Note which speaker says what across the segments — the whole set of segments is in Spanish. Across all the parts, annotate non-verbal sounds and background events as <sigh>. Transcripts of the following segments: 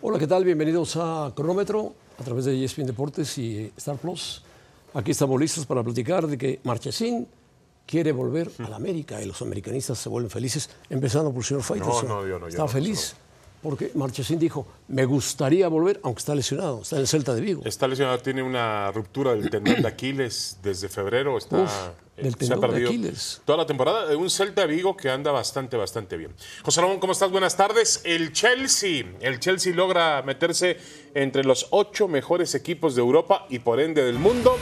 Speaker 1: Hola, ¿qué tal? Bienvenidos a Cronómetro a través de E ESPN Deportes y Star Plus. Aquí estamos listos para platicar de que Marchesín quiere volver a la América y los americanistas se vuelven felices, empezando por el señor Faitelson.
Speaker 2: no, yo no, yo
Speaker 1: está
Speaker 2: no,
Speaker 1: feliz porque Marchesín dijo, me gustaría volver, aunque está lesionado, está en el Celta de Vigo.
Speaker 2: Está lesionado, tiene una ruptura del tendón de Aquiles desde febrero. Está,
Speaker 1: Uf, del
Speaker 2: eh, se
Speaker 1: tendón
Speaker 2: ha
Speaker 1: de
Speaker 2: perdido
Speaker 1: Aquiles.
Speaker 2: Toda la temporada, eh, un Celta Vigo que anda bastante, bastante bien. José Ramón, ¿cómo estás? Buenas tardes. El Chelsea. El Chelsea logra meterse entre los ocho mejores equipos de Europa y por ende del mundo.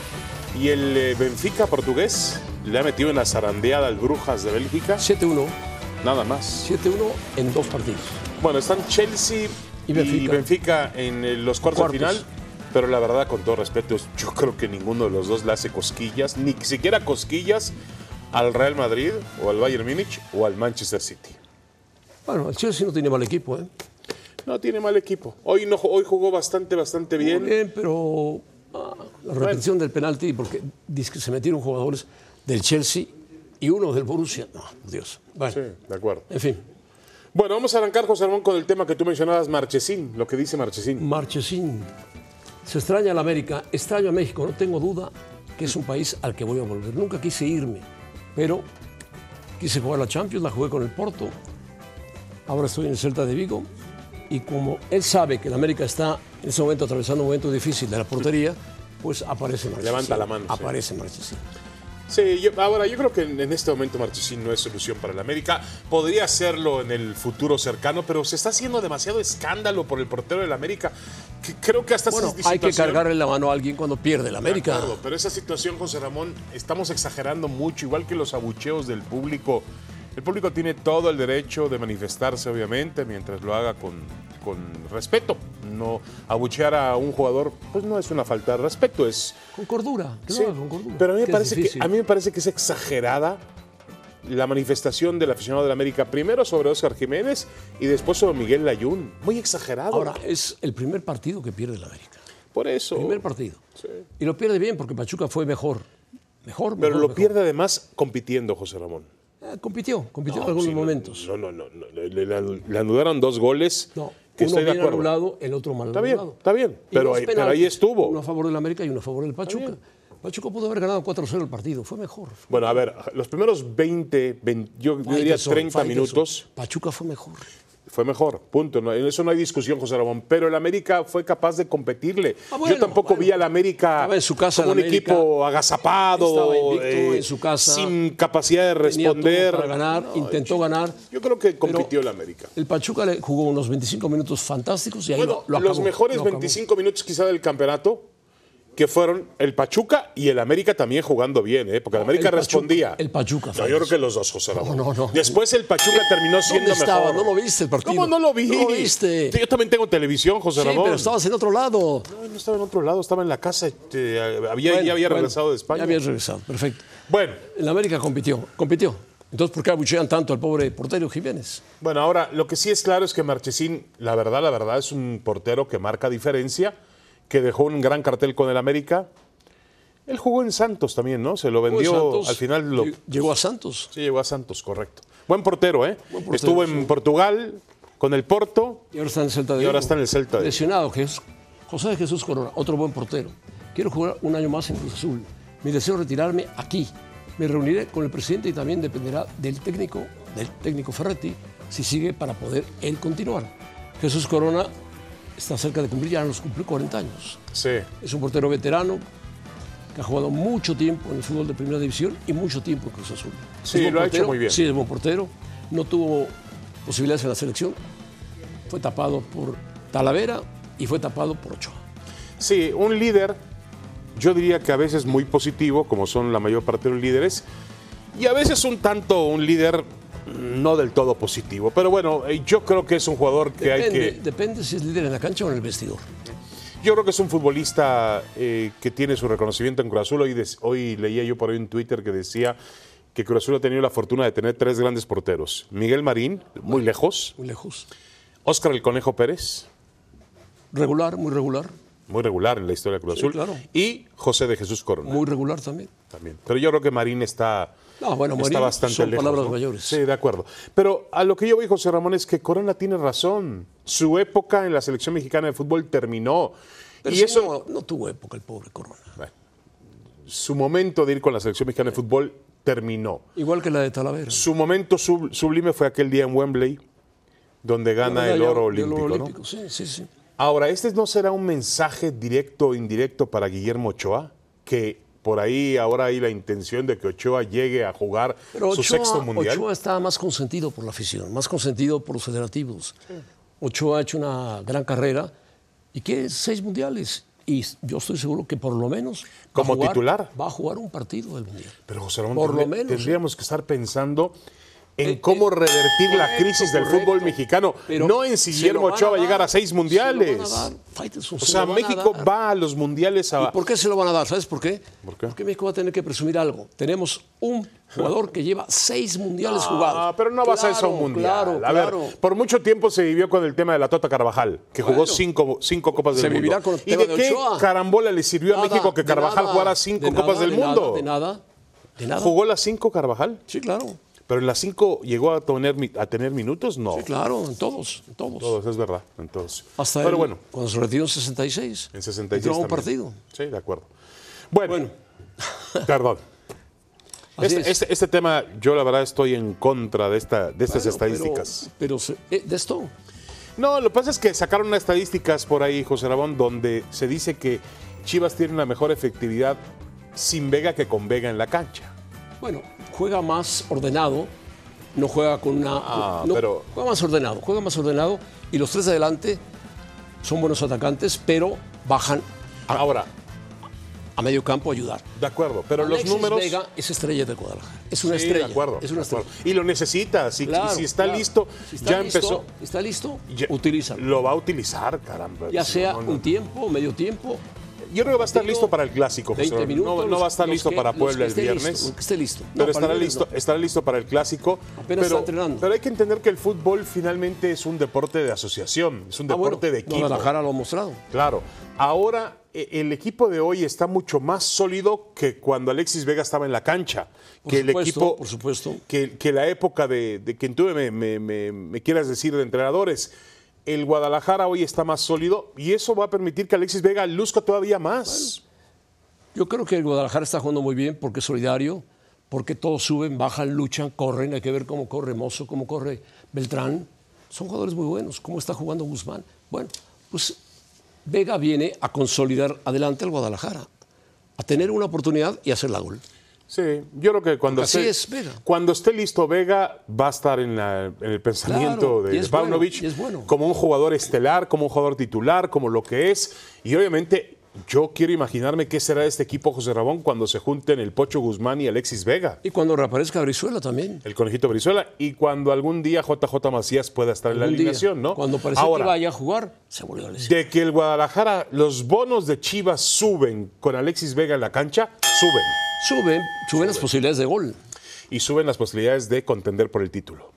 Speaker 2: Y el eh, Benfica portugués le ha metido una zarandeada al Brujas de Bélgica.
Speaker 1: 7-1,
Speaker 2: Nada más.
Speaker 1: 7-1 en dos partidos.
Speaker 2: Bueno, están Chelsea
Speaker 1: Y
Speaker 2: y
Speaker 1: Benfica.
Speaker 2: Benfica, en eh, los cuartos,
Speaker 1: Cuartos.
Speaker 2: de final. Pero la verdad, con todo respeto, yo creo que ninguno de los dos le hace cosquillas, ni siquiera cosquillas, al Real Madrid o al Bayern Múnich o al Manchester City.
Speaker 1: Bueno, el Chelsea no tiene mal equipo, ¿eh?
Speaker 2: No tiene mal equipo. Hoy, no, hoy jugó bastante, bastante
Speaker 1: Muy
Speaker 2: bien.
Speaker 1: bien, pero ah, la repetición del penalti, porque dice que se metieron jugadores del Chelsea y uno del Borussia. No, Dios. Bueno,
Speaker 2: Sí, de acuerdo.
Speaker 1: en fin,
Speaker 2: Bueno, vamos a arrancar, José Ramón, con el tema que tú mencionabas, Marchesín, lo que dice Marchesín.
Speaker 1: Marchesín. Se extraña a la América, extraño a México, no tengo duda que es un país al que voy a volver. Nunca quise irme, pero quise jugar la Champions, la jugué con el Porto, ahora estoy en el Celta de Vigo y como él sabe que la América está en ese momento atravesando un momento difícil de la portería, pues aparece Marchesín.
Speaker 2: Levanta la mano, sí.
Speaker 1: Aparece Marchesín.
Speaker 2: Sí, yo- ahora yo creo que en, en este momento Marchesín no es solución para el América. Podría serlo en el futuro cercano, pero se está haciendo demasiado escándalo por el portero del América. que creo que hasta esa
Speaker 1: Bueno, hay que
Speaker 2: situación-
Speaker 1: cargarle la mano a alguien cuando pierde la
Speaker 2: De
Speaker 1: América.
Speaker 2: acuerdo, pero esa situación, José Ramón, estamos exagerando mucho, igual que los abucheos del público. El público tiene todo el derecho de manifestarse, obviamente, mientras lo haga con, con respeto. No abuchear a un jugador, pues no es una falta de respeto, es
Speaker 1: Con cordura, que lo
Speaker 2: Sí,
Speaker 1: haga con cordura.
Speaker 2: Pero a mí, me
Speaker 1: que es
Speaker 2: parece que,
Speaker 1: difícil.
Speaker 2: a mí me parece que es exagerada la manifestación del aficionado de la América, primero sobre Oscar Jiménez y después sobre Miguel Layún. Muy exagerado.
Speaker 1: Ahora, es el primer partido que pierde la América.
Speaker 2: Por eso.
Speaker 1: Primer partido.
Speaker 2: Oh. Sí.
Speaker 1: Y lo pierde bien porque Pachuca fue mejor. Mejor, mejor.
Speaker 2: Pero lo
Speaker 1: mejor.
Speaker 2: pierde además compitiendo, José Ramón.
Speaker 1: Eh, compitió, compitió
Speaker 2: No,
Speaker 1: en algunos
Speaker 2: sí, no,
Speaker 1: momentos.
Speaker 2: No, no, no. no, le, le- le- le anudaron dos goles.
Speaker 1: No,
Speaker 2: que
Speaker 1: uno
Speaker 2: estoy de
Speaker 1: bien
Speaker 2: acuerdo.
Speaker 1: anulado, el otro mal
Speaker 2: Está bien,
Speaker 1: anulado.
Speaker 2: está bien,
Speaker 1: Y
Speaker 2: pero
Speaker 1: dos
Speaker 2: ahí- pero
Speaker 1: penaltis,
Speaker 2: ahí estuvo.
Speaker 1: Uno a favor del América y uno a favor del Pachuca.
Speaker 2: bien.
Speaker 1: Pachuca pudo haber ganado 4-0 el partido, fue mejor.
Speaker 2: Bueno, a ver, los primeros 20, 20, yo diría
Speaker 1: Faitelson,
Speaker 2: 30
Speaker 1: Faitelson.
Speaker 2: minutos.
Speaker 1: Pachuca fue mejor.
Speaker 2: Fue mejor, punto. No, en eso no hay discusión, José Ramón. Pero el América fue capaz de competirle.
Speaker 1: Ah, bueno,
Speaker 2: Yo tampoco
Speaker 1: bueno.
Speaker 2: vi al América
Speaker 1: Estaba en su casa
Speaker 2: como
Speaker 1: el
Speaker 2: un
Speaker 1: América.
Speaker 2: equipo agazapado, eh,
Speaker 1: Estaba invicto en su casa.
Speaker 2: sin capacidad de
Speaker 1: Tenía todo
Speaker 2: responder.
Speaker 1: para ganar, intentó ganar.
Speaker 2: Yo creo que compitió
Speaker 1: Pero-
Speaker 2: el América.
Speaker 1: El Pachuca le jugó unos 25 minutos fantásticos y ahí
Speaker 2: Bueno,
Speaker 1: lo, lo
Speaker 2: los
Speaker 1: acabó,
Speaker 2: mejores
Speaker 1: lo acabó.
Speaker 2: 25 minutos quizá del campeonato que fueron el Pachuca y el América también jugando bien, ¿eh? porque el América
Speaker 1: el Pachuca-
Speaker 2: respondía.
Speaker 1: el Pachuca,
Speaker 2: No, yo
Speaker 1: Faitelson.
Speaker 2: creo que los dos, José Ramón.
Speaker 1: No, no, no.
Speaker 2: Después el Pachuca terminó siendo
Speaker 1: estaba?
Speaker 2: mejor.
Speaker 1: No lo viste el partido.
Speaker 2: ¿Cómo no lo vi?
Speaker 1: No lo viste.
Speaker 2: Yo también tengo televisión, José
Speaker 1: Sí,
Speaker 2: Ramón.
Speaker 1: pero estabas en otro lado.
Speaker 2: No, no estaba en otro lado, estaba en la casa. este, había,
Speaker 1: Bueno,
Speaker 2: ya había
Speaker 1: bueno,
Speaker 2: regresado de España.
Speaker 1: Ya había regresado, perfecto.
Speaker 2: Bueno,
Speaker 1: El América compitió, compitió. Entonces, ¿por qué abuchean tanto al pobre portero Jiménez?
Speaker 2: bueno, ahora lo que sí es claro es que Marchesín, la verdad, la verdad, es un portero que marca diferencia, que dejó un gran cartel con el América. Él jugó en Santos también, ¿no? Se lo vendió
Speaker 1: Santos
Speaker 2: al final. Lo,
Speaker 1: lleg- Llegó a Santos.
Speaker 2: sí, llegó a Santos, correcto. Buen portero, ¿eh?
Speaker 1: Buen portero,
Speaker 2: Estuvo en Portugal con el Porto.
Speaker 1: Y ahora está en el Celta de
Speaker 2: Y
Speaker 1: Vigo.
Speaker 2: ahora está en el Celta de Vigo.
Speaker 1: Lesionado, Jesús- José Jesús Corona, otro buen portero. Quiero jugar un año más en Cruz Azul. Mi deseo es retirarme aquí. Me reuniré con el presidente y también dependerá del técnico, del técnico Ferretti, si sigue para poder él continuar. Jesús Corona está cerca de cumplir, ya nos cumplió 40 años.
Speaker 2: Sí.
Speaker 1: Es un portero veterano que ha jugado mucho tiempo en el fútbol de primera división y mucho tiempo en Cruz Azul.
Speaker 2: Sí,
Speaker 1: Es buen
Speaker 2: lo ha
Speaker 1: portero,
Speaker 2: hecho muy bien.
Speaker 1: Sí, es buen portero. No tuvo posibilidades en la selección. Fue tapado por Talavera y fue tapado por Ochoa.
Speaker 2: Sí, un líder, yo diría que a veces muy positivo, como son la mayor parte de los líderes, y a veces un tanto un líder no del todo positivo. Pero bueno, eh, yo creo que es un jugador que hay
Speaker 1: Depende,
Speaker 2: que.
Speaker 1: depende si es líder en la cancha o en el vestidor.
Speaker 2: Yo creo que es un futbolista eh, que tiene su reconocimiento en Cruz Azul. Hoy, des- hoy leía yo por ahí un Twitter que decía que Cruz Azul ha tenido la fortuna de tener tres grandes porteros: Miguel Marín, muy lejos,
Speaker 1: Muy lejos.
Speaker 2: Óscar el Conejo Pérez,
Speaker 1: Regular, muy regular.
Speaker 2: muy regular en la historia de Cruz
Speaker 1: Sí,
Speaker 2: Azul,
Speaker 1: claro.
Speaker 2: y José de Jesús Corona.
Speaker 1: Muy regular también.
Speaker 2: también. Pero yo creo que Marín está,
Speaker 1: No, bueno,
Speaker 2: está
Speaker 1: Marín
Speaker 2: bastante
Speaker 1: son
Speaker 2: lejos,
Speaker 1: palabras
Speaker 2: ¿no?
Speaker 1: mayores.
Speaker 2: Sí, de acuerdo. Pero a lo que yo voy, José Ramón, es que Corona tiene razón. Su época en la selección mexicana de fútbol terminó.
Speaker 1: Pero
Speaker 2: y
Speaker 1: si
Speaker 2: eso,
Speaker 1: no, no tuvo época el pobre Corona.
Speaker 2: bueno, su momento de ir con la selección mexicana de fútbol terminó.
Speaker 1: Igual que la de Talavera.
Speaker 2: Su momento sub- sublime fue aquel día en Wembley, donde gana el
Speaker 1: Medalla
Speaker 2: oro
Speaker 1: del
Speaker 2: olímpico. ¿no?
Speaker 1: olímpico, Sí, sí, sí.
Speaker 2: Ahora, ¿este no será un mensaje directo o indirecto para Guillermo Ochoa? Que por ahí ahora hay la intención de que Ochoa llegue a jugar
Speaker 1: Pero
Speaker 2: su
Speaker 1: Ochoa,
Speaker 2: sexto mundial.
Speaker 1: Ochoa está más consentido por la afición, más consentido por los federativos. Ochoa ha hecho una gran carrera y quiere seis mundiales. Y yo estoy seguro que por lo menos. va a
Speaker 2: ¿Como
Speaker 1: jugar-
Speaker 2: titular?
Speaker 1: Va a jugar un partido del mundial.
Speaker 2: Pero José Ramón,
Speaker 1: Por lo
Speaker 2: tendría-
Speaker 1: menos, ¿eh?
Speaker 2: tendríamos que estar pensando en cómo revertir la crisis del
Speaker 1: correcto.
Speaker 2: fútbol mexicano,
Speaker 1: Pero
Speaker 2: no en si
Speaker 1: se
Speaker 2: Guillermo
Speaker 1: lo van a
Speaker 2: Ochoa va a
Speaker 1: dar,
Speaker 2: llegar a seis
Speaker 1: se lo van a
Speaker 2: mundiales.
Speaker 1: dar, Faitelson,
Speaker 2: o
Speaker 1: se
Speaker 2: sea,
Speaker 1: lo van a
Speaker 2: México
Speaker 1: dar.
Speaker 2: va a los mundiales
Speaker 1: ¿Y
Speaker 2: a...
Speaker 1: por qué se lo van a dar? ¿Sabes por qué?
Speaker 2: ¿Por qué?
Speaker 1: Porque México va a tener que presumir algo. Tenemos un jugador que lleva seis mundiales jugados.
Speaker 2: Ah, pero no vas a eso a un
Speaker 1: Claro,
Speaker 2: mundial.
Speaker 1: Claro,
Speaker 2: a ver,
Speaker 1: claro.
Speaker 2: por mucho tiempo se vivió con el tema de la Tota Carvajal, que jugó
Speaker 1: Bueno.
Speaker 2: cinco, cinco Copas del
Speaker 1: Se
Speaker 2: Mundo.
Speaker 1: vivirá con el
Speaker 2: ¿Y
Speaker 1: tema
Speaker 2: de,
Speaker 1: de
Speaker 2: qué
Speaker 1: Ochoa.
Speaker 2: carambola le sirvió a
Speaker 1: Nada,
Speaker 2: México que
Speaker 1: de
Speaker 2: Carvajal
Speaker 1: nada,
Speaker 2: jugara cinco
Speaker 1: de
Speaker 2: Copas
Speaker 1: nada,
Speaker 2: del
Speaker 1: de
Speaker 2: Mundo?
Speaker 1: Nada, de nada, de nada.
Speaker 2: ¿Jugó las cinco Carvajal?
Speaker 1: Sí, claro.
Speaker 2: ¿Pero en las cinco llegó a tener, mi- a tener minutos? No.
Speaker 1: Sí, claro, en todos, en todos.
Speaker 2: Todos, es verdad. Entonces.
Speaker 1: Hasta
Speaker 2: Pero
Speaker 1: él,
Speaker 2: bueno,
Speaker 1: cuando se retiró en 66.
Speaker 2: en 66
Speaker 1: Entró a un
Speaker 2: también.
Speaker 1: partido.
Speaker 2: Sí, de acuerdo. Bueno, <laughs> perdón.
Speaker 1: Así
Speaker 2: Este,
Speaker 1: es.
Speaker 2: este- este tema, yo la verdad estoy en contra de, esta, de estas
Speaker 1: Bueno,
Speaker 2: estadísticas.
Speaker 1: Pero, pero se- eh, de esto,
Speaker 2: No, lo que pasa es que sacaron unas estadísticas por ahí, José Rabón, donde se dice que Chivas tiene una mejor efectividad sin Vega que con Vega en la cancha.
Speaker 1: bueno, juega más ordenado, no juega con una.
Speaker 2: Ah,
Speaker 1: no,
Speaker 2: pero-
Speaker 1: Juega más ordenado, juega más ordenado y los tres de adelante son buenos atacantes, pero bajan
Speaker 2: Ahora,
Speaker 1: a medio campo a ayudar.
Speaker 2: de acuerdo, pero
Speaker 1: Alexis
Speaker 2: los números.
Speaker 1: Vega es estrella de Guadalajara. Es una
Speaker 2: Sí,
Speaker 1: estrella.
Speaker 2: de acuerdo.
Speaker 1: Es una
Speaker 2: de acuerdo.
Speaker 1: estrella.
Speaker 2: Y lo necesita. Si,
Speaker 1: Claro,
Speaker 2: si está
Speaker 1: claro.
Speaker 2: listo,
Speaker 1: Si está
Speaker 2: ya
Speaker 1: listo,
Speaker 2: empezó.
Speaker 1: Está listo,
Speaker 2: ya-
Speaker 1: utilízalo.
Speaker 2: Lo va a utilizar, caramba.
Speaker 1: Ya
Speaker 2: Si
Speaker 1: sea
Speaker 2: no, no,
Speaker 1: un tiempo, medio tiempo,
Speaker 2: Yo creo que va a estar
Speaker 1: partido,
Speaker 2: listo para el clásico, José
Speaker 1: 20
Speaker 2: Ramón.
Speaker 1: minutos.
Speaker 2: no, no va a estar
Speaker 1: los
Speaker 2: listo
Speaker 1: que-
Speaker 2: para
Speaker 1: los
Speaker 2: Puebla
Speaker 1: que
Speaker 2: el
Speaker 1: esté
Speaker 2: viernes.
Speaker 1: listo, los que esté listo. No,
Speaker 2: Pero
Speaker 1: para el
Speaker 2: estará
Speaker 1: viernes
Speaker 2: listo, estará listo para el clásico.
Speaker 1: Apenas
Speaker 2: pero,
Speaker 1: está entrenando.
Speaker 2: pero hay que entender que el fútbol finalmente es un deporte de asociación, es un
Speaker 1: no. Ah, bueno,
Speaker 2: deporte de equipo.
Speaker 1: Guadalajara lo ha mostrado.
Speaker 2: Claro. Ahora e- el equipo de hoy está mucho más sólido que cuando Alexis Vega estaba en la cancha.
Speaker 1: Por
Speaker 2: que el
Speaker 1: supuesto,
Speaker 2: equipo,
Speaker 1: por supuesto.
Speaker 2: Que, que la época de, de quien tú me, me- me- me quieras decir de entrenadores. El Guadalajara hoy está más sólido y eso va a permitir que Alexis Vega luzca todavía más.
Speaker 1: Yo creo que el Guadalajara está jugando muy bien porque es solidario, porque todos suben, bajan, luchan, corren. Hay que ver cómo corre Mozo, cómo corre Beltrán. Son jugadores muy buenos. ¿Cómo está jugando Guzmán? Bueno, pues Vega viene a consolidar adelante al Guadalajara, a tener una oportunidad y hacer la gol.
Speaker 2: Sí, yo creo que cuando,
Speaker 1: Así
Speaker 2: esté,
Speaker 1: es, Vega.
Speaker 2: cuando esté listo Vega va a estar en, la- en el pensamiento
Speaker 1: Claro,
Speaker 2: de
Speaker 1: y es bueno,
Speaker 2: Paunovic
Speaker 1: y es bueno.
Speaker 2: como un jugador estelar, como un jugador titular, como lo que es. Y obviamente yo quiero imaginarme qué será este equipo José Rabón cuando se junten el Pocho Guzmán y Alexis Vega,
Speaker 1: Y cuando reaparezca Brizuela también.
Speaker 2: el conejito Brizuela, y cuando algún día JJ Macías pueda estar en la
Speaker 1: Algún día,
Speaker 2: alineación, ¿no?
Speaker 1: Cuando parecía
Speaker 2: Ahora,
Speaker 1: que vaya a jugar, se volvió a lesionar.
Speaker 2: de que el Guadalajara, los bonos de Chivas suben con Alexis Vega en la cancha, suben.
Speaker 1: Suben, suben las posibilidades de gol.
Speaker 2: y suben las posibilidades de contender por el título.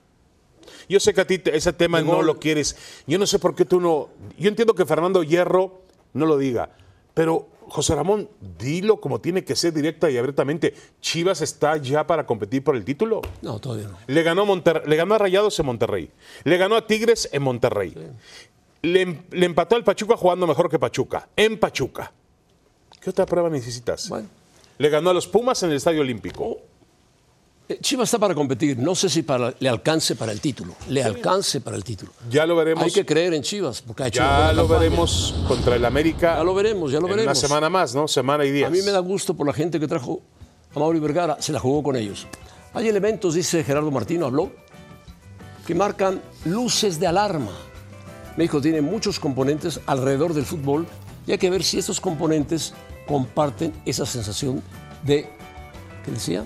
Speaker 2: Yo sé que a ti te- ese tema no
Speaker 1: gol.
Speaker 2: lo quieres. Yo no sé por qué tú no. Yo entiendo que Fernando Hierro no lo diga, pero José Ramón, dilo como tiene que ser directa y abiertamente. Chivas está ya para competir por el título.
Speaker 1: No, todavía no.
Speaker 2: Le ganó, a Monter- le ganó a Rayados en Monterrey. Le ganó a Tigres en Monterrey. Le, em- le empató al Pachuca jugando mejor que Pachuca. En Pachuca. ¿Qué otra prueba necesitas?
Speaker 1: Bueno.
Speaker 2: Le ganó a los Pumas en el Estadio Olímpico.
Speaker 1: Eh, Chivas está para competir. No sé si para, le alcance para el título. Le alcance para el título.
Speaker 2: Ya lo veremos.
Speaker 1: Hay que creer en Chivas, porque ha hecho una
Speaker 2: Ya
Speaker 1: buena
Speaker 2: lo
Speaker 1: campaña.
Speaker 2: veremos contra el América.
Speaker 1: Ya lo veremos, ya lo
Speaker 2: en
Speaker 1: veremos.
Speaker 2: Una semana más, ¿no? Semana y días.
Speaker 1: A mí me da gusto por la gente que trajo a Mauri Vergara, se la jugó con ellos. Hay elementos, dice Gerardo Martino, habló, que marcan luces de alarma. México tiene muchos componentes alrededor del fútbol y hay que ver si estos componentes comparten esa sensación de, ¿qué decía?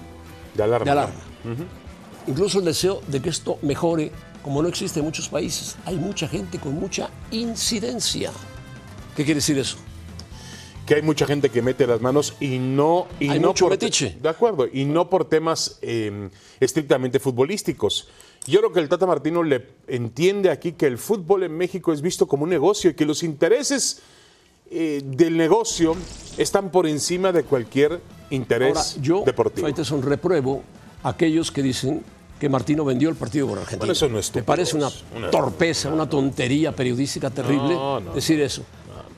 Speaker 2: De alarma.
Speaker 1: de alarma. Incluso el deseo de que esto mejore, como no existe en muchos países, hay mucha gente con mucha incidencia. ¿Qué quiere decir eso?
Speaker 2: Que hay mucha gente que mete las manos y no. Y
Speaker 1: Hay
Speaker 2: no
Speaker 1: mucho
Speaker 2: por
Speaker 1: metiche.
Speaker 2: De acuerdo. Y no por temas eh, estrictamente futbolísticos. Yo creo que el Tata Martino le entiende aquí que el fútbol en México es visto como un negocio y que los intereses eh, del negocio están por encima de cualquier interés
Speaker 1: Ahora, yo
Speaker 2: deportivo.
Speaker 1: Faitelson, repruebo a aquellos que dicen que Martino vendió el partido por Argentina.
Speaker 2: Bueno, eso no es
Speaker 1: Me parece una,
Speaker 2: Una-
Speaker 1: torpeza, una tontería periodística terrible
Speaker 2: No, no.
Speaker 1: decir eso.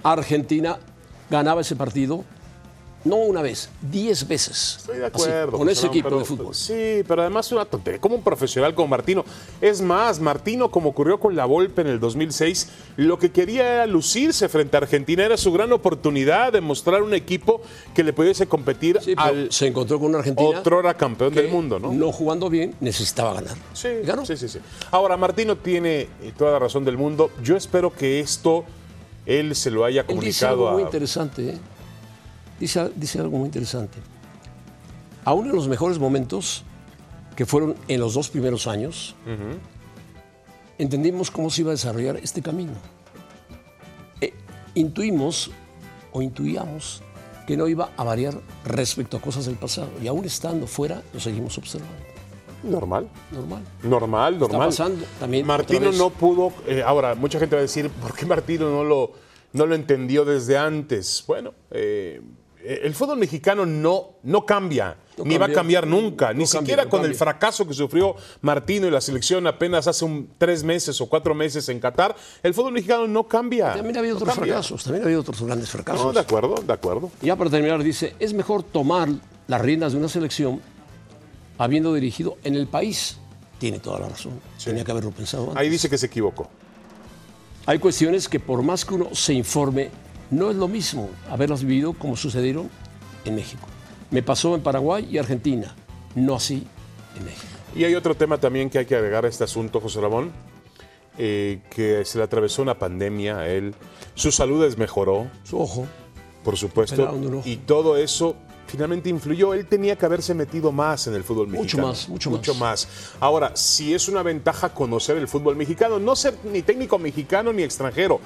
Speaker 1: Argentina ganaba ese partido no una vez, diez veces.
Speaker 2: Estoy de
Speaker 1: Así,
Speaker 2: acuerdo. pues,
Speaker 1: con ese
Speaker 2: José Ramón,
Speaker 1: equipo
Speaker 2: pero-
Speaker 1: de fútbol.
Speaker 2: Sí, pero además es una tontería. Como un profesional como Martino. Es más, Martino, como ocurrió con la Volpe en el 2006, lo que quería era lucirse frente a Argentina. Era su gran oportunidad de mostrar un equipo que le pudiese competir
Speaker 1: Sí, pero
Speaker 2: al
Speaker 1: se encontró con una Argentina
Speaker 2: otrora campeón
Speaker 1: que,
Speaker 2: del mundo, ¿no?
Speaker 1: jugando bien, necesitaba ganar.
Speaker 2: Sí,
Speaker 1: Y ganó.
Speaker 2: sí, sí, sí. Ahora, Martino tiene eh, toda la razón del mundo. Yo espero que esto él se lo haya
Speaker 1: Él dice algo
Speaker 2: comunicado
Speaker 1: muy
Speaker 2: a.
Speaker 1: interesante. ¿eh? Dice, dice algo muy interesante. Aún en los mejores momentos, que fueron en los dos primeros años, entendimos cómo se iba a desarrollar este camino. E intuimos o intuíamos que no iba a variar respecto a cosas del pasado. Y aún estando fuera, lo seguimos observando.
Speaker 2: Normal.
Speaker 1: Normal.
Speaker 2: Normal, normal.
Speaker 1: pasando también otra
Speaker 2: Martino
Speaker 1: vez.
Speaker 2: no pudo. eh, ahora, mucha gente va a decir, ¿por qué Martino no lo, no lo entendió desde antes? Bueno, eh, el fútbol mexicano no, no cambia,
Speaker 1: No
Speaker 2: ni va a
Speaker 1: cambia.
Speaker 2: cambiar nunca, ni
Speaker 1: No cambia,
Speaker 2: siquiera
Speaker 1: no
Speaker 2: con el
Speaker 1: cambia.
Speaker 2: fracaso que sufrió Martino y la selección apenas hace un, tres meses o cuatro meses en Qatar. El fútbol mexicano no cambia.
Speaker 1: También ha habido
Speaker 2: no
Speaker 1: otros
Speaker 2: cambia.
Speaker 1: fracasos, también ha habido otros grandes fracasos.
Speaker 2: No, de acuerdo, de acuerdo.
Speaker 1: Ya para terminar, dice, es mejor tomar las riendas de una selección habiendo dirigido en el país. Tiene toda la razón. Tenía que haberlo pensado antes.
Speaker 2: Ahí dice que se equivocó.
Speaker 1: Hay cuestiones que por más que uno se informe, no es lo mismo haberlas vivido como sucedieron en México. Me pasó en Paraguay y Argentina, no así en México.
Speaker 2: Y hay otro tema también que hay que agregar a este asunto, José Ramón, eh, que se le atravesó una pandemia a él, su salud desmejoró,
Speaker 1: Su ojo,
Speaker 2: por supuesto,
Speaker 1: Operando un ojo.
Speaker 2: y todo eso finalmente influyó. Él tenía que haberse metido más en el fútbol
Speaker 1: Mucho
Speaker 2: mexicano.
Speaker 1: más, mucho más.
Speaker 2: más. Ahora, si es una ventaja conocer el fútbol mexicano, no ser ni técnico mexicano ni extranjero,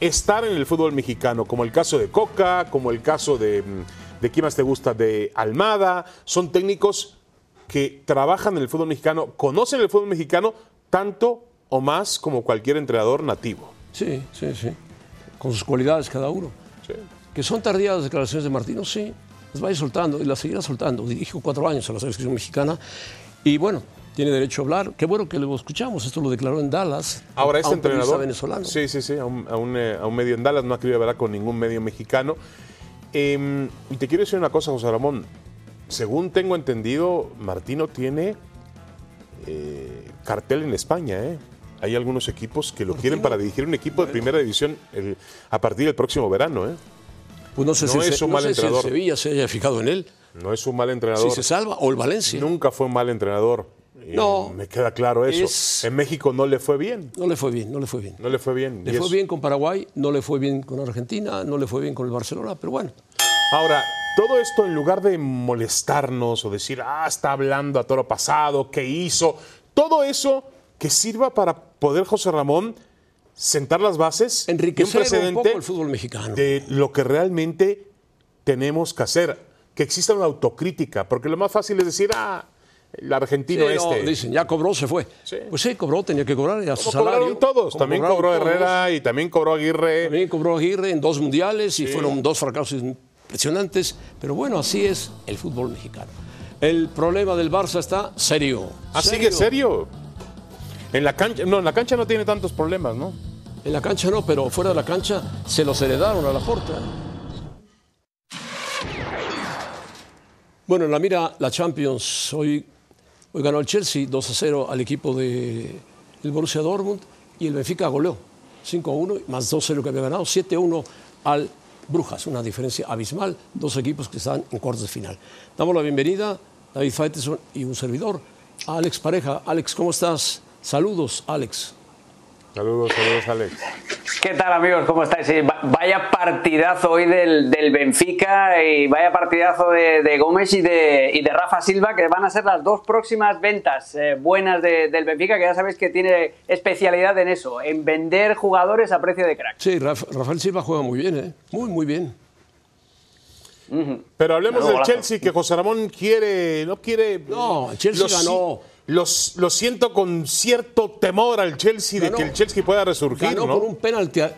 Speaker 2: estar en el fútbol mexicano, como el caso de Coca, como el caso de, mm, de ¿quién más te gusta? De Almada, son técnicos que trabajan en el fútbol mexicano, conocen el fútbol mexicano tanto o más como cualquier entrenador nativo.
Speaker 1: sí, sí, sí. Con sus cualidades cada uno.
Speaker 2: Sí.
Speaker 1: Que son tardías las declaraciones de Martino, sí. Las vaya soltando y las seguirá soltando. Dirijo cuatro años a la selección mexicana y bueno, tiene derecho a hablar. Qué bueno que lo escuchamos. Esto lo declaró en Dallas.
Speaker 2: Ahora
Speaker 1: es
Speaker 2: este entrenador.
Speaker 1: venezolano.
Speaker 2: Sí, sí, sí, a un, a un, eh, a un medio en Dallas, no ha querido hablar con ningún medio mexicano. Em, y te quiero decir una cosa, José Ramón. Según tengo entendido, Martino tiene eh, cartel en España, ¿eh? Hay algunos equipos que lo quieren para dirigir un equipo de primera división el- a partir del próximo verano, ¿eh?
Speaker 1: Pues no sé,
Speaker 2: No
Speaker 1: si, el
Speaker 2: es
Speaker 1: Se-
Speaker 2: un
Speaker 1: no
Speaker 2: mal
Speaker 1: sé si el
Speaker 2: entrenador.
Speaker 1: Sevilla se haya fijado en él,
Speaker 2: No es un mal
Speaker 1: si
Speaker 2: entrenador.
Speaker 1: se salva, o el Valencia.
Speaker 2: Nunca fue un mal entrenador. Eh,
Speaker 1: No.
Speaker 2: Me queda claro eso.
Speaker 1: Es-
Speaker 2: En México no le fue bien.
Speaker 1: No le fue bien, no le fue bien.
Speaker 2: No le fue bien.
Speaker 1: Le
Speaker 2: Y
Speaker 1: fue
Speaker 2: eso-
Speaker 1: bien con Paraguay, no le fue bien con Argentina, no le fue bien con el Barcelona, pero bueno.
Speaker 2: Ahora, todo esto en lugar de molestarnos o decir, ah, está hablando a toro pasado, ¿qué hizo? Todo eso que sirva para poder José Ramón sentar las bases de
Speaker 1: Enriquecer un, poco el fútbol mexicano.
Speaker 2: de lo que realmente tenemos que hacer. Que exista una autocrítica, porque lo más fácil es decir, ah, el
Speaker 1: Sí,
Speaker 2: argentino
Speaker 1: no,
Speaker 2: este.
Speaker 1: dicen, ya cobró, se fue.
Speaker 2: Sí.
Speaker 1: Pues sí, cobró, tenía que cobrar, era su
Speaker 2: Como
Speaker 1: salario.
Speaker 2: cobraron todos,
Speaker 1: como
Speaker 2: también
Speaker 1: cobraron
Speaker 2: cobró
Speaker 1: todos.
Speaker 2: Herrera y también cobró Aguirre.
Speaker 1: También cobró Aguirre en dos mundiales y fueron dos fracasos impresionantes. Pero bueno, así es el fútbol mexicano. El problema del Barça está serio.
Speaker 2: Así que serio. En la cancha, no, en la cancha no tiene tantos problemas, ¿no?
Speaker 1: En la cancha no, pero fuera de la cancha se los heredaron a la porta. Bueno, en la mira, la Champions. Hoy, hoy ganó el Chelsea 2 a 0 al equipo de el Borussia Dortmund y el Benfica goleó 5 a 1 más 2 a 0 que había ganado, 7 a 1 al Brujas. Una diferencia abismal. Dos equipos que están en cuartos de final. Damos la bienvenida, David Faiteson y un servidor, a Alex Pareja. Alex, ¿cómo estás? Saludos, Alex.
Speaker 2: Saludos, saludos, Alex.
Speaker 3: ¿Qué tal amigos? ¿Cómo estáis? Sí, va- Vaya partidazo hoy del, del Benfica y vaya partidazo de, de Gómez y de, y de Rafa Silva, que van a ser las dos próximas ventas eh, buenas de- del Benfica, que ya sabéis que tiene especialidad en eso, en vender jugadores a precio de crack.
Speaker 1: Sí, Raf- Rafael Silva juega muy bien, ¿eh? Muy, muy bien.
Speaker 2: Pero hablemos
Speaker 3: Ganó
Speaker 2: del
Speaker 3: golazo.
Speaker 2: Chelsea, que José Ramón quiere, no quiere.
Speaker 1: No, el Chelsea
Speaker 2: si-
Speaker 1: ganó.
Speaker 2: Los, lo siento con cierto temor al Chelsea
Speaker 1: Ganó.
Speaker 2: de que el Chelsea pueda resurgir,
Speaker 1: Ganó
Speaker 2: ¿no?
Speaker 1: por un penalti. a-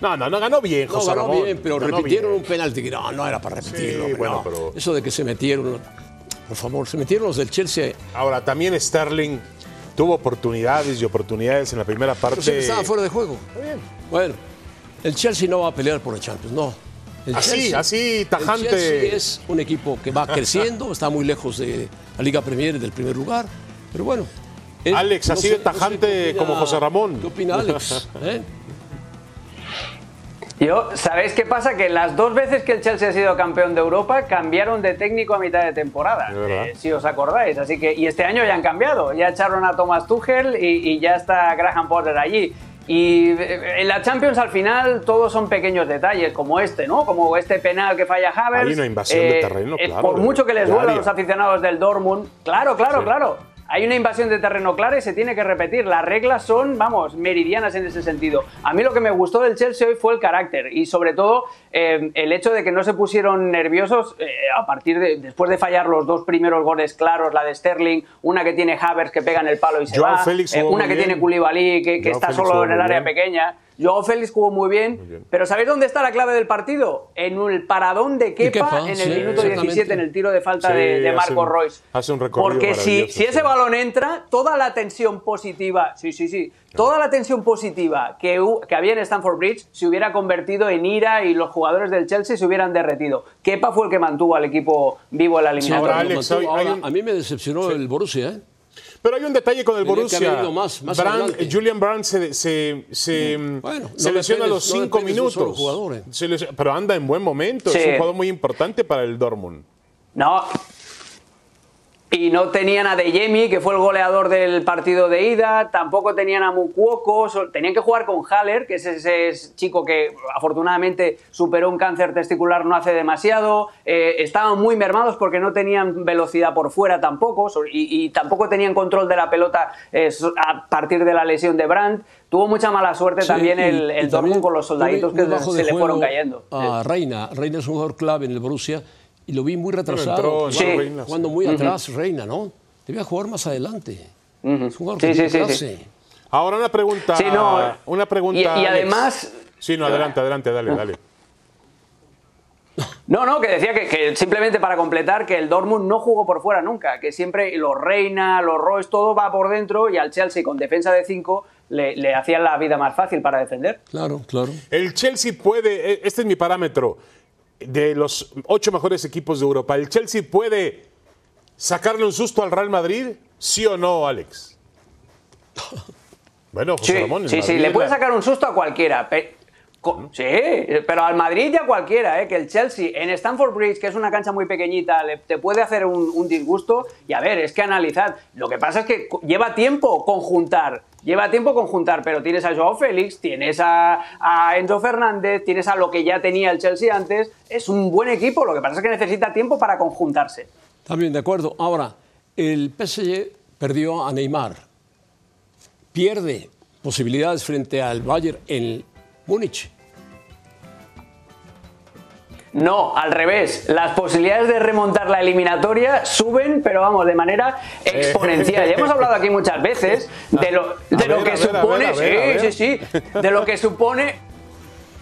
Speaker 2: No, no, no ganó bien,
Speaker 1: No,
Speaker 2: José
Speaker 1: ganó
Speaker 2: Ramón.
Speaker 1: bien, pero
Speaker 2: Ganó
Speaker 1: repitieron
Speaker 2: bien.
Speaker 1: un penalti que no, no era para repetirlo.
Speaker 2: Sí,
Speaker 1: hombre,
Speaker 2: bueno,
Speaker 1: no.
Speaker 2: pero-
Speaker 1: Eso de que se metieron. Por favor, se metieron los del Chelsea.
Speaker 2: Ahora, también Sterling tuvo oportunidades y oportunidades en la primera parte.
Speaker 1: Pero estaba fuera de juego. Bueno, el Chelsea no va a pelear por la Champions, no. El
Speaker 2: Así, así,
Speaker 1: el
Speaker 2: tajante.
Speaker 1: Chelsea es un equipo que
Speaker 2: <laughs>
Speaker 1: va creciendo, está muy lejos de la Liga Premier del primer lugar, pero bueno. Eh, es-
Speaker 2: Alex, así de
Speaker 1: qué
Speaker 2: tajante como José Ramón.
Speaker 1: ¿Qué opina
Speaker 2: <laughs>
Speaker 1: Alex? ¿Eh?
Speaker 3: Yo, ¿sabéis qué pasa? Que las dos veces que el Chelsea ha sido campeón de Europa cambiaron de técnico a mitad de temporada,
Speaker 2: Es verdad.
Speaker 3: eh, si os acordáis. Así que, y este año ya han cambiado, ya echaron a Thomas Tuchel y, y ya está Graham Potter allí. Y eh, en la Champions al final todos son pequeños detalles, como este, ¿no? Como este penal que falla Havertz.
Speaker 2: Hay una invasión de terreno,
Speaker 3: eh,
Speaker 2: claro,
Speaker 3: Por
Speaker 2: de-
Speaker 3: mucho que les
Speaker 2: de
Speaker 3: duela a
Speaker 2: área.
Speaker 3: los aficionados del Dortmund, claro, claro,
Speaker 2: Sí.
Speaker 3: claro. Hay una invasión de terreno clara y se tiene que repetir. Las reglas son, vamos, meridianas en ese sentido. A mí lo que me gustó del Chelsea hoy fue el carácter y sobre todo eh, el hecho de que no se pusieron nerviosos eh, a partir de después de fallar los dos primeros goles claros, la de Sterling, una que tiene Havertz que pega en el palo y se
Speaker 2: Joao
Speaker 3: va,
Speaker 2: Félix
Speaker 3: eh,
Speaker 2: jugó
Speaker 3: una
Speaker 2: muy
Speaker 3: que
Speaker 2: bien.
Speaker 3: tiene Koulibaly que,
Speaker 2: Joao
Speaker 3: que está
Speaker 2: Félix jugó
Speaker 3: solo en el
Speaker 2: muy
Speaker 3: área
Speaker 2: bien.
Speaker 3: pequeña. Joao Félix jugó muy bien,
Speaker 2: bien.
Speaker 3: pero ¿sabéis dónde está la clave del partido? En el paradón de Kepa,
Speaker 1: Kepa,
Speaker 3: en el
Speaker 1: sí,
Speaker 3: minuto
Speaker 1: exactamente.
Speaker 3: 17 en el tiro de falta
Speaker 2: Sí,
Speaker 3: de, de
Speaker 2: hace
Speaker 3: Marco
Speaker 2: un-
Speaker 3: Royce.
Speaker 2: hace un recorrido
Speaker 3: Porque si,
Speaker 2: maravilloso,
Speaker 3: si ese
Speaker 2: sí.
Speaker 3: balón entra, toda la tensión positiva, sí, sí, sí, toda la tensión positiva que, hu- que había en Stamford Bridge se hubiera convertido en ira y los jugadores del Chelsea se hubieran derretido. Kepa fue el que mantuvo al equipo vivo en la
Speaker 1: Sí, ahora,
Speaker 2: Ahora,
Speaker 1: lo
Speaker 3: eliminatoria.
Speaker 2: Alex,
Speaker 1: mantuvo.
Speaker 2: hay- hay
Speaker 1: Ahora,
Speaker 2: un-
Speaker 1: A mí me decepcionó el Borussia, ¿eh?
Speaker 2: Pero hay un detalle con el
Speaker 1: Tenía que haber
Speaker 2: Borussia.
Speaker 1: ido más- más
Speaker 2: Brand-
Speaker 1: adelante.
Speaker 2: Julian Brand se, se, se- mm,
Speaker 1: Bueno,
Speaker 2: se
Speaker 1: no
Speaker 2: lesiona a los
Speaker 1: dependes- no
Speaker 2: cinco
Speaker 1: dependes de un
Speaker 2: minutos.
Speaker 1: solo jugador, eh.
Speaker 2: Se les- pero anda en buen momento.
Speaker 3: Sí.
Speaker 2: Es un jugador muy importante para el Dortmund.
Speaker 3: No. Y no tenían a Deyemi, que fue el goleador del partido de ida, tampoco tenían a Mucuoco, so- tenían que jugar con Haller, que es ese es- chico que afortunadamente superó un cáncer testicular no hace demasiado, eh, estaban muy mermados porque no tenían velocidad por fuera tampoco, so- y, y tampoco tenían control de la pelota eh, so- a partir de la lesión de Brandt. Tuvo mucha mala suerte
Speaker 1: Sí,
Speaker 3: también
Speaker 1: y-
Speaker 3: el, el
Speaker 1: y también
Speaker 3: Dortmund con los soldaditos
Speaker 1: muy-
Speaker 3: que
Speaker 1: muy
Speaker 3: se,
Speaker 1: bajo de
Speaker 3: se le fueron
Speaker 1: juego
Speaker 3: cayendo.
Speaker 1: A Reina. Reina es un jugador clave en el Borussia y lo vi muy retrasado.
Speaker 2: entró,
Speaker 1: jugando-
Speaker 3: entró
Speaker 2: Reina, sí.
Speaker 1: jugando muy atrás, Reina, ¿no? Debía jugar más adelante. Es un jugador
Speaker 3: Sí,
Speaker 1: que
Speaker 3: sí,
Speaker 1: tiene
Speaker 3: sí, sí.
Speaker 1: clase.
Speaker 2: Ahora una pregunta.
Speaker 3: Sí, no.
Speaker 2: Una pregunta.
Speaker 3: Y- y
Speaker 2: Alex.
Speaker 3: además- Ah.
Speaker 2: Sí, no, adelante, adelante, dale, dale.
Speaker 3: No, no, que decía que, que simplemente para completar que el Dortmund no jugó por fuera nunca, que siempre los Reina, los Royce, todo va por dentro y al Chelsea con defensa de 5 le, le hacían la vida más fácil para defender.
Speaker 1: Claro, claro.
Speaker 2: El Chelsea puede, eh, este es mi parámetro, de los ocho mejores equipos de Europa, ¿el Chelsea puede sacarle un susto al Real Madrid? ¿Sí o no,
Speaker 3: <laughs>
Speaker 2: Alex? Bueno, José
Speaker 3: Sí,
Speaker 2: Ramón. el
Speaker 3: sí, sí,
Speaker 2: Madrid
Speaker 3: le
Speaker 2: es
Speaker 3: puede
Speaker 2: la-
Speaker 3: sacar un susto a cualquiera. pe- co- Sí, pero al Madrid y a cualquiera, ¿eh? que el Chelsea en Stamford Bridge, que es una cancha muy pequeñita, le- te puede hacer un, un disgusto. Y a ver, es que analizad. Lo que pasa es que co- lleva tiempo conjuntar, lleva tiempo conjuntar, pero tienes a Joao Félix, tienes a, a Enzo Fernández, tienes a lo que ya tenía el Chelsea antes. Es un buen equipo, lo que pasa es que necesita tiempo para conjuntarse.
Speaker 1: También, de acuerdo. Ahora, el PSG perdió a Neymar. Pierde posibilidades frente al Bayern en Múnich.
Speaker 3: No, al revés. Las posibilidades de remontar la eliminatoria suben, pero vamos, de manera exponencial. Ya hemos hablado aquí muchas veces de lo,
Speaker 2: Eh. <laughs>
Speaker 3: de
Speaker 2: A
Speaker 3: lo
Speaker 2: ver, a ver, a ver,
Speaker 3: que
Speaker 2: a
Speaker 3: supone.
Speaker 2: ver, a
Speaker 3: Sí,
Speaker 2: ver.
Speaker 3: sí, sí. De lo que supone.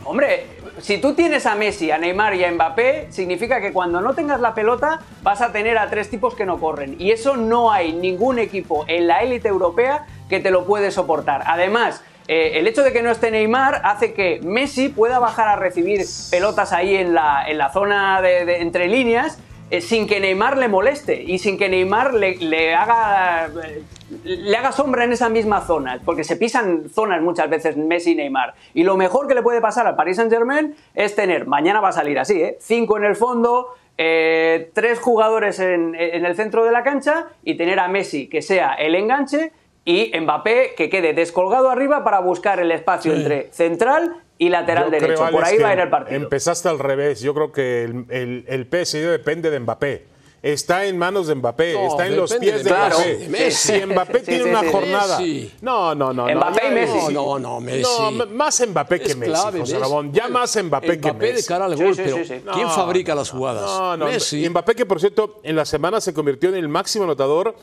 Speaker 3: Hombre, si tú tienes a Messi, a Neymar y a Mbappé, significa que cuando no tengas la pelota vas a tener a tres tipos que no corren. Y eso no hay ningún equipo en la élite europea que te lo puede soportar. Además, eh, el hecho de que no esté Neymar hace que Messi pueda bajar a recibir pelotas ahí en la, en la zona de, de- entre líneas eh, sin que Neymar le moleste y sin que Neymar le, le haga eh, le haga sombra en esa misma zona, porque se pisan zonas muchas veces Messi y Neymar. Y lo mejor que le puede pasar al Paris Saint-Germain es tener, mañana va a salir así, ¿eh? cinco en el fondo, eh, tres jugadores en, en el centro de la cancha y tener a Messi que sea el enganche y Mbappé que quede descolgado arriba para buscar el espacio entre central y lateral
Speaker 2: Yo
Speaker 3: derecho.
Speaker 2: creo,
Speaker 3: Por
Speaker 2: Alex,
Speaker 3: ahí va
Speaker 2: que
Speaker 3: a ir el partido.
Speaker 2: Empezaste al revés. Yo creo que el, el, el PSG depende de Mbappé. Está en manos de Mbappé,
Speaker 1: No,
Speaker 2: está en los
Speaker 1: depende
Speaker 2: pies de,
Speaker 1: de
Speaker 3: Claro.
Speaker 2: Mbappé.
Speaker 3: de Messi.
Speaker 2: Si Mbappé
Speaker 3: Sí,
Speaker 2: tiene
Speaker 3: sí,
Speaker 2: una
Speaker 3: sí.
Speaker 2: jornada.
Speaker 1: Messi.
Speaker 2: No, no, no. no.
Speaker 3: Mbappé
Speaker 2: Ya
Speaker 3: y Messi.
Speaker 2: es-
Speaker 1: No, no, no, Messi.
Speaker 2: No, m- más Mbappé que
Speaker 1: Es
Speaker 2: Messi,
Speaker 1: clave,
Speaker 2: José
Speaker 1: Messi.
Speaker 2: Ramón. Ya
Speaker 1: Bueno,
Speaker 2: más Mbappé, que Messi.
Speaker 1: de cara al
Speaker 3: Sí,
Speaker 1: gol,
Speaker 3: sí,
Speaker 1: pero
Speaker 3: sí, sí.
Speaker 1: ¿quién
Speaker 2: No,
Speaker 1: fabrica
Speaker 2: no,
Speaker 1: las jugadas?
Speaker 2: No, no.
Speaker 1: Messi.
Speaker 2: Y Mbappé, que por cierto, en la semana
Speaker 3: Mm.
Speaker 2: se convirtió en el máximo anotador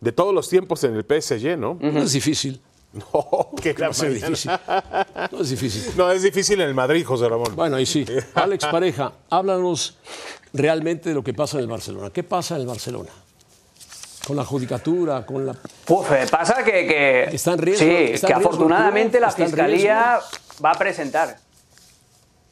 Speaker 2: de todos los tiempos en el PSG, ¿no?
Speaker 1: No es difícil.
Speaker 2: <laughs> No, qué
Speaker 1: Va a ser
Speaker 2: mañana.
Speaker 1: difícil. No es difícil.
Speaker 2: <laughs> No, es difícil en el Madrid, José Ramón.
Speaker 1: Bueno, ahí
Speaker 2: <laughs>
Speaker 1: sí. Alex Pareja, háblanos realmente de lo que pasa en el Barcelona. ¿Qué pasa en el Barcelona? Con la judicatura, con la...
Speaker 3: Puf, eh, pasa que, que-
Speaker 1: Está en riesgo,
Speaker 3: sí,
Speaker 1: está en
Speaker 3: que
Speaker 1: riesgo el
Speaker 3: afortunadamente
Speaker 1: club,
Speaker 3: la
Speaker 1: está en
Speaker 3: fiscalía va a presentar.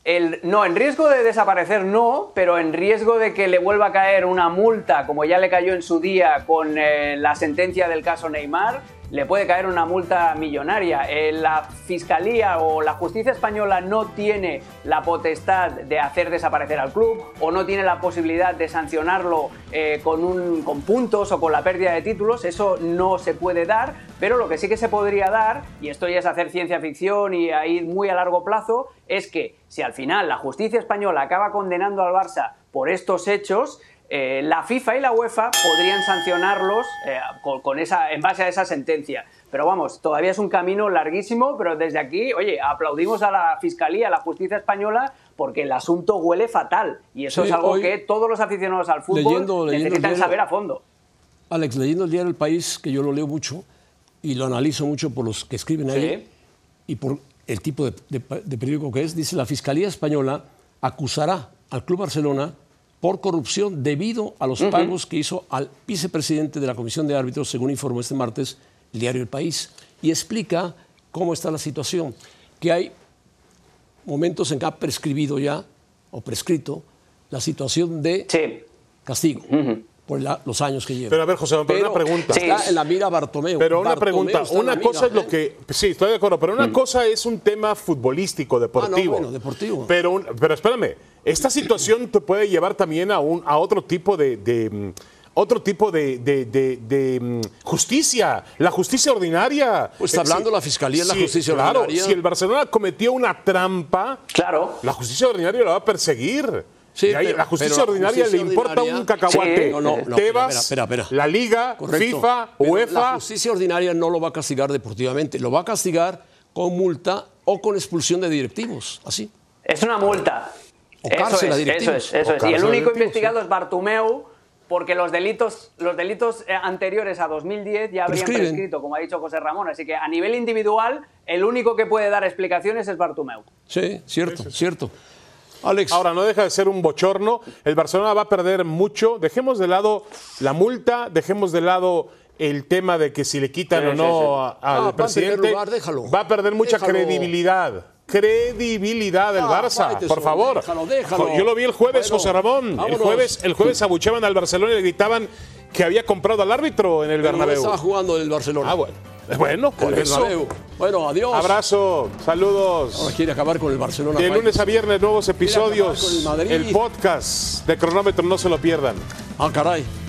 Speaker 3: El, no, en riesgo de desaparecer no, pero en riesgo de que le vuelva a caer una multa, como ya le cayó en su día con eh, la sentencia del caso Neymar, le puede caer una multa millonaria. Eh, la fiscalía o la justicia española no tiene la potestad de hacer desaparecer al club o no tiene la posibilidad de sancionarlo eh, con, un, con puntos o con la pérdida de títulos, eso no se puede dar, pero lo que sí que se podría dar, y esto ya es hacer ciencia ficción y a ir muy a largo plazo, es que si al final la justicia española acaba condenando al Barça por estos hechos, eh, la FIFA y la UEFA podrían sancionarlos eh, con, con esa, en base a esa sentencia. Pero vamos, todavía es un camino larguísimo, pero desde aquí, oye, aplaudimos a la Fiscalía, a la Justicia Española, porque el asunto huele fatal. Y eso
Speaker 1: Sí,
Speaker 3: es algo
Speaker 1: hoy,
Speaker 3: que todos los aficionados al fútbol
Speaker 1: leyendo- leyendo el
Speaker 3: necesitan
Speaker 1: diario-
Speaker 3: saber a fondo.
Speaker 1: Alex, leyendo el diario El País, que yo lo leo mucho y lo analizo mucho por los que escriben ahí
Speaker 3: Sí.
Speaker 1: y por el tipo de, de pa- de periódico que es, dice la Fiscalía Española acusará al Club Barcelona por corrupción debido a los pagos que hizo al vicepresidente de la Comisión de Árbitros, según informó este martes el diario El País, y explica cómo está la situación, que hay momentos en que ha prescribido ya, o prescrito, la situación de
Speaker 3: Sí.
Speaker 1: castigo por la- los años que lleva.
Speaker 2: Pero a ver, José, pero una pregunta.
Speaker 3: Sí.
Speaker 1: Está en la mira Bartomeu.
Speaker 2: Pero una
Speaker 1: Bartomeu
Speaker 2: pregunta,
Speaker 1: está en la
Speaker 2: una
Speaker 1: mira,
Speaker 2: cosa es
Speaker 1: ¿eh?
Speaker 2: lo que... Sí, estoy de acuerdo, pero una cosa es un tema futbolístico, deportivo.
Speaker 1: Ah, bueno, deportivo.
Speaker 2: Pero, un- pero espérame, esta situación te puede llevar también a, un, a otro tipo de... de, mm, otro tipo de, de- de- de, mm, justicia, la justicia ordinaria.
Speaker 1: Pues está
Speaker 2: Eh,
Speaker 1: hablando la Fiscalía de la justicia
Speaker 2: claro,
Speaker 1: ordinaria.
Speaker 2: si el Barcelona cometió una trampa,
Speaker 3: Claro.
Speaker 2: la justicia ordinaria la va a perseguir.
Speaker 1: Sí,
Speaker 2: Y ahí
Speaker 1: pero-
Speaker 2: la justicia
Speaker 1: pero la
Speaker 2: ordinaria
Speaker 1: justicia
Speaker 2: le importa
Speaker 1: ordinaria-
Speaker 2: un cacahuate.
Speaker 3: Sí, no, no,
Speaker 1: no,
Speaker 2: Tebas,
Speaker 1: espera, espera, espera.
Speaker 2: la Liga,
Speaker 1: Correcto.
Speaker 2: FIFA,
Speaker 1: Pero La
Speaker 2: UEFA.
Speaker 1: justicia ordinaria no lo va a castigar deportivamente, lo va a castigar con multa o con expulsión de directivos, así.
Speaker 3: Es una multa.
Speaker 1: O cárcel a
Speaker 3: eso es, eso
Speaker 1: directivos.
Speaker 3: es, eso
Speaker 2: O
Speaker 3: es. Y el
Speaker 2: cárcel a
Speaker 3: único
Speaker 2: directivos,
Speaker 3: investigado es Bartumeu, porque los delitos, los delitos eh, anteriores a 2010 ya habrían
Speaker 1: Prescriben.
Speaker 3: prescrito, como ha dicho José Ramón. Así que a nivel individual, el único que puede dar explicaciones es Bartumeu.
Speaker 1: Sí, cierto, cierto. Alex,
Speaker 2: Ahora, no deja de ser un bochorno. El Barcelona va a perder mucho. Dejemos de lado la multa, dejemos de lado el tema de que si le quitan
Speaker 3: Sí,
Speaker 2: o
Speaker 3: sí,
Speaker 2: no a-
Speaker 1: Ah,
Speaker 2: al
Speaker 1: va en primer
Speaker 2: presidente.
Speaker 1: lugar, déjalo.
Speaker 2: Va a perder mucha
Speaker 1: Déjalo.
Speaker 2: credibilidad. Credibilidad el
Speaker 1: Ah,
Speaker 2: Barça,
Speaker 1: cállate,
Speaker 2: por
Speaker 1: Sol,
Speaker 2: favor.
Speaker 1: déjalo, déjalo.
Speaker 2: Yo lo vi el jueves,
Speaker 1: Bueno,
Speaker 2: José Ramón. El
Speaker 1: vámonos.
Speaker 2: jueves, el jueves abucheaban al Barcelona y le gritaban que había comprado al árbitro en el
Speaker 1: pero no
Speaker 2: Bernabéu.
Speaker 1: estaba jugando el Barcelona.
Speaker 2: Ah, bueno. Bueno,
Speaker 1: El
Speaker 2: por eso.
Speaker 1: Bernabéu. Bueno, adiós.
Speaker 2: Abrazo, saludos.
Speaker 1: Ahora quiere acabar con el Barcelona.
Speaker 2: De
Speaker 1: País.
Speaker 2: lunes a viernes, nuevos
Speaker 1: acabar
Speaker 2: episodios.
Speaker 1: con el Madrid.
Speaker 2: El podcast de cronómetro, no se lo pierdan.
Speaker 1: Ah, caray.